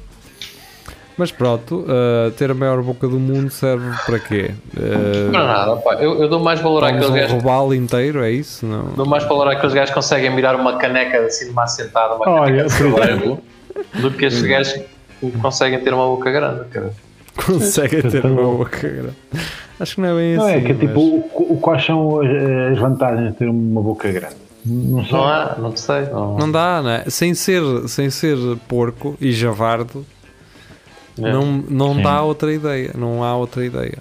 Mas pronto, ah, ter a maior boca do mundo serve para quê? Ah, Não, é nada, pá. Eu, eu dou mais valor vamos um àqueles gajos. roubá-lo inteiro, é isso? Não. Dou mais valor àqueles gajos que conseguem mirar uma caneca assim de uma assentada, uma Olha, caneca de por salário, do que estes gajos que conseguem ter uma boca grande, cara. consegue ter uma boca grande. Acho que não é bem Não assim. é que mas- tipo, o, o- quais são as, as vantagens de ter uma boca grande? Não sei. Não há, não sei. Não, Não dá, não é? Sem ser, sem ser porco e javardo, É. não, não Sim. dá outra ideia. Não há outra ideia.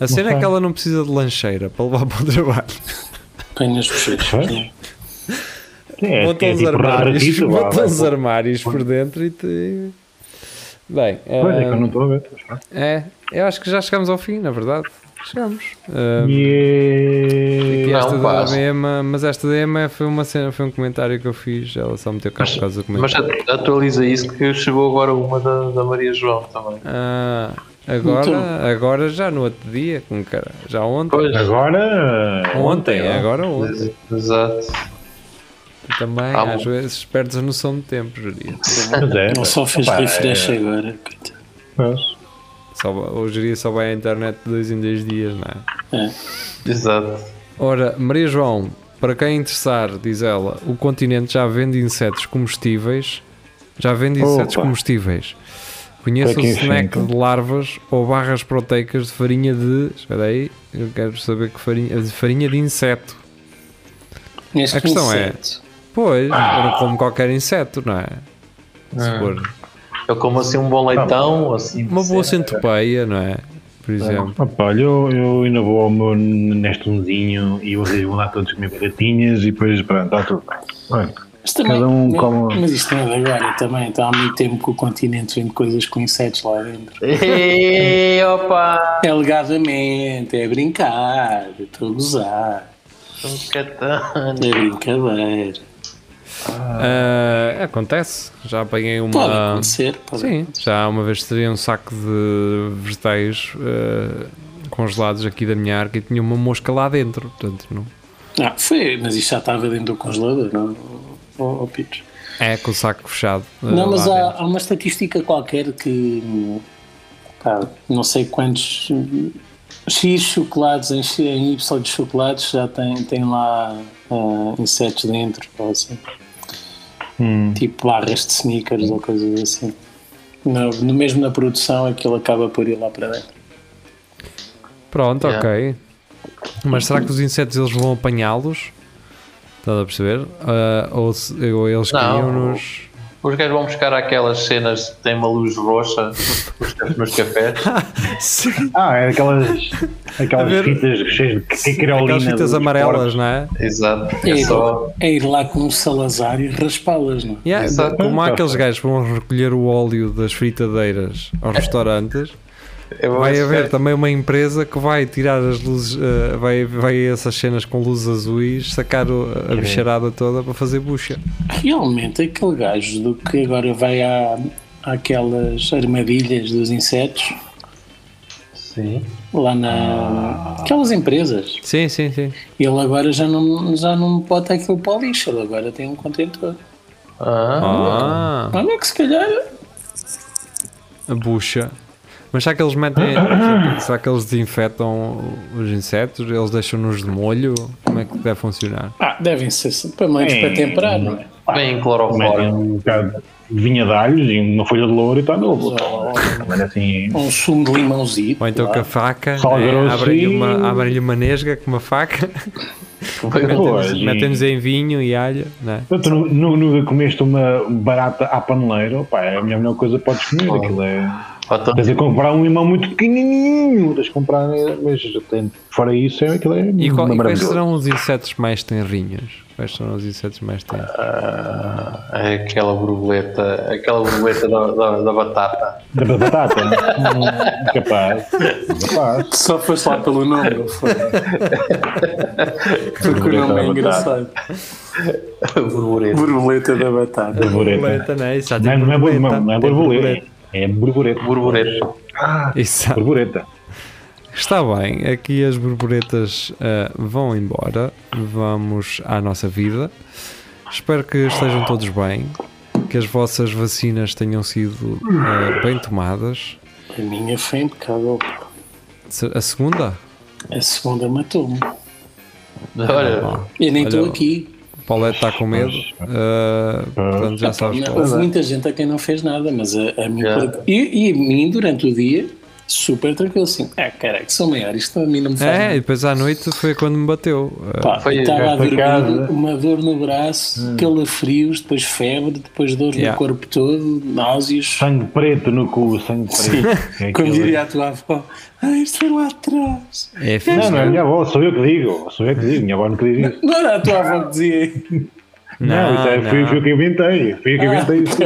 A cena é que sei. ela não precisa de lancheira para levar para o trabalho. Apenas bochechas. Foi? né? É, Bota é uns tipo armários, raratito, vá, bota vai, uns pô. armários por dentro e te. Bem, Pois é que eu não ah, estou a ver. mas pronto. é, eu acho que já chegamos ao fim, na verdade. Chegamos. Ah, E e esta Não, da pá. ABM, mas esta da ABM foi uma cena, foi um comentário que eu fiz, ela só meteu cá por causa do Mas comentário. at- atualiza isso que chegou agora uma da, da Maria João também. Ah, agora, Então. agora já no outro dia, com cara, já ontem. Pois, agora. Ontem, ó. agora ontem. exato. Também, Tá Ah, às bom. vezes perdes a noção de tempo, Jeria. Mas é. Ele só fez Opa, refresh é, agora. coitado. pois. Só, o Jeria só vai à internet de dois em dois dias, não é? É. Exato. Ora, Maria João, para quem interessar, diz ela, o continente já vende insetos comestíveis. Já vende insetos Opa. comestíveis. Conheça Para o quem snack finca. de larvas ou barras proteicas de farinha de. Espera aí, eu quero saber que farinha. De farinha de inseto. Neste A questão é- inseto. Pois, eu não como qualquer inseto, não é? Ah. Se for Eu como assim um bom leitão, assim. Uma boa centopeia, não é? Ah. Por exemplo. Opa, olha, eu, eu ainda vou ao meu nestunzinho e vocês vão lá todos comer batatinhas e depois, pronto, está tudo bem. Olha, Mas, também- Cada um mas- como- mas isto não é de agora também. Está há muito tempo que o continente vende coisas com insetos lá dentro. Ei, opa! É alegadamente, é brincar, estou a gozar, Um catano. é brincadeira. Ah, acontece. Já apanhei uma. Pode acontecer, pode Ah, Sim, já uma vez teria um saco de vegetais eh, congelados aqui da minha arca e tinha uma mosca lá dentro. Portanto, não. Ah, foi, mas isto já estava dentro do congelador, não? Oh, Pires. É com o saco fechado. eh, Não, mas lá há, dentro. há uma estatística qualquer que hum, pá, não sei quantos hum, X chocolates em, X- em Y de chocolates já tem, tem lá ah, insetos dentro, ou assim. tipo barras de sneakers ou coisas assim. No, no mesmo na produção aquilo acaba por ir lá para dentro. Pronto, Yeah. ok. Mas será que os insetos eles vão apanhá-los? Estás a perceber? Ah, ou, se- ou eles Não. queriam-nos. Os gajos vão buscar aquelas cenas que têm uma luz roxa nos- nos cafés. Sim, Ah, é aquelas, A aquelas ver- fitas cheias de criolina. aquelas fitas dos amarelas, porcos. não é? Exato. É É ir, só. é ir lá com o Salazar e raspá-las, não é? Yeah, Exato. como há aqueles gajos que vão recolher o óleo das fritadeiras aos restaurantes, Eu vou Vai haver tá? buscar. também uma empresa que vai tirar as luzes, eh, vai, vai a essas cenas com luzes azuis, sacar o- a bicharada toda para fazer bucha. Realmente, aquele gajo do que agora vai à, àquelas armadilhas dos insetos Sim. lá na. aquelas empresas. Sim, sim, sim. Ele agora já não, já não bota aquilo para o lixo, ele agora tem um contentor. Ah, Ah, Olha que se calhar. a bucha. Mas será que eles metem. será- Será que eles desinfetam os insetos? Eles deixam-nos de molho? Como é que deve funcionar? Ah, devem ser sim, pelo menos É. para temperar, não é? bem cloroforme. Metem um bocado de vinha de alhos e uma folha de louro e está novo. Mas assim, Um sumo de limãozinho. Ou então lá. com a faca, Sal né? grosso abrem-lhe e- uma, abrem uma nesga com uma faca, Pois, assim. metem-nos e- metem-nos em vinho e alho, né? Então, Tu nu- nu- nunca comeste uma barata à paneleira, pá, é a melhor coisa que podes comer. Aquilo é. Ou então, Tens de comprar um limão muito pequenininho, tens de comprar, né, mas já tem- fora isso, é, aquilo é E, qual, e quais maravilhoso. serão os insetos mais tenrinhos? Quais serão os insetos mais tenrinhos? é aquela borboleta, aquela borboleta da, da, da batata. Da da batata? Hum, capaz. Capaz. Só foste lá pelo nome, foi. Porque o nome é engraçado. borboleta. Borboleta da batata. Borboleta. né? Isso já Não, tem é- não é borboleta, não é tem borboleta. É borboleta. Borboleta. Exato. Borboleta. Está bem, aqui as borboletas ah, vão embora, vamos à nossa vida. Espero que estejam todos bem, que as vossas vacinas tenham sido ah, bem tomadas. A minha é foi impecável. Se- A segunda? A segunda matou-me. Olha, Eu nem Olha, estou aqui. O Paulette está com medo, ah, portanto já sabes Não, qual. é. Houve muita gente a quem não fez nada, mas a, a mim. Já. por- E, e a mim, durante o dia, super tranquilo, assim. Ah, caralho, que sou maior, isto a mim não me faz É, nada. e depois à noite foi quando me bateu. Ah, Pá, Foi- estava a foi dormir, né? casa. uma dor no braço, calafrios, depois febre, depois dor Hum. Yeah. no corpo todo, náuseas. Sangue preto no cu, sangue preto. É Como aquilo. diria a tua avó, ah, isto foi lá atrás. é Não, fixe. não é a minha avó, sou eu que digo. Sou eu que digo, minha avó não queria dizer. Não era a tua avó que dizia. Não, isso é, fui- fui eu que inventei. Fui eu que inventei isso.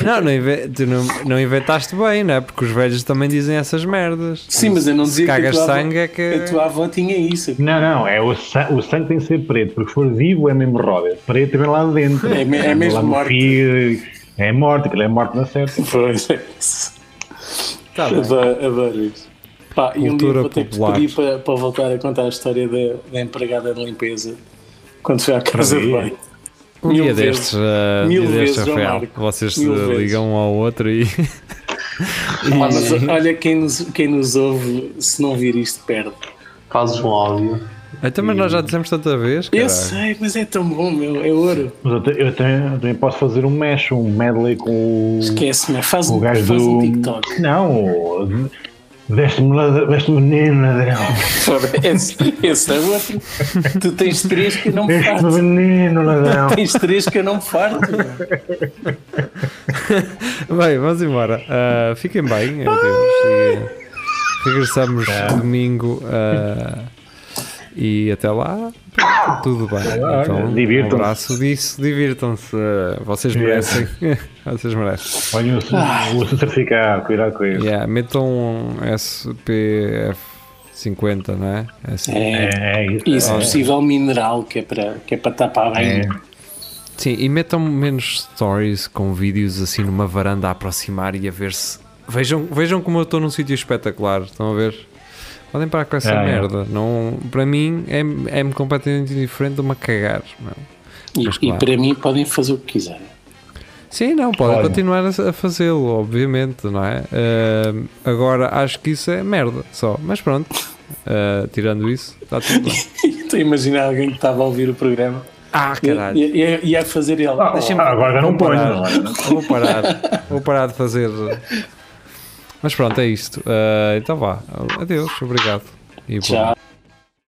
Ah. Não, não, inve- tu não, não inventaste bem, não é? Porque os velhos também dizem essas merdas. Sim, mas eu não Se dizia que a cagas tua, avó, sangue é que. a tua avó tinha isso. Não, não, é o, sa- o sangue tem que ser preto, porque se for vivo é mesmo Robert. Preto vem lá de dentro. É me- é Vem mesmo lá no morte. fio, É morte, aquilo é morte na certa. Pois é. isso. Tá bem. Adoro, adoro isso. Pá, e um dia Cultura vou ter que te popular. pedir para, para voltar a contar a história da, da empregada de limpeza quando foi à casa de Maravilha. banho. Um Mil dia vezes. destes, uh, Mil dia destes vezes, é João real. Marco. Vocês Mil se vezes. ligam um ao outro e. Pá, mas olha, quem nos, quem nos ouve, se não vir isto, perde. fazes um áudio. Até Então, mas nós já dissemos tanta vez, Eu caralho. sei, mas é tão bom, meu. É ouro. Mas eu, te- eu te- eu também posso fazer um mesh, um medley com o, Esquece-me. Faz, com o um, gajo faz um do. TikTok. Não, deste-me lad- deste-me veneno, ladrão. Esse, esse é outro. Tu tens três que eu não me Deste-me farto. veneno, ladrão. Tens três que eu não me farto. meu. Bem, vamos embora. Uh, fiquem bem, adeus. E, uh, regressamos Ah. domingo uh, e até lá. Tudo bem. Então, um divirtam-se. abraço disso, divirtam-se. Uh, vocês merecem. vocês merecem. Olha o, o certificado, cuidado com isso. Yeah, metam um SPF50, não é? Assim. É, É, é isso. e se possível, mineral, que é para, que é para tapar bem. Sim, e metam menos stories com vídeos assim numa varanda a aproximar e a ver se. Vejam, vejam como eu estou num sítio espetacular, estão a ver? Podem parar com essa Ah, é. merda. Não, para mim é-me é-me completamente indiferente de uma cagar. Não. é? E, Mas e claro. para mim, podem fazer o que quiserem. Sim, não, podem Olha. continuar a, a fazê-lo, obviamente, não é? Ahm, agora acho que isso é merda só. Mas pronto, ah, tirando isso, está tudo bem. Estou a imaginar alguém que estava a ouvir o programa Ah, e, caralho. e- e- e a fazer ele. Ah, Deixa-me- agora já não vou ponho, parar. não é? Vou parar. Vou parar de fazer. Mas pronto, é isto. Ah, então vá. Adeus, obrigado. E boa Tchau.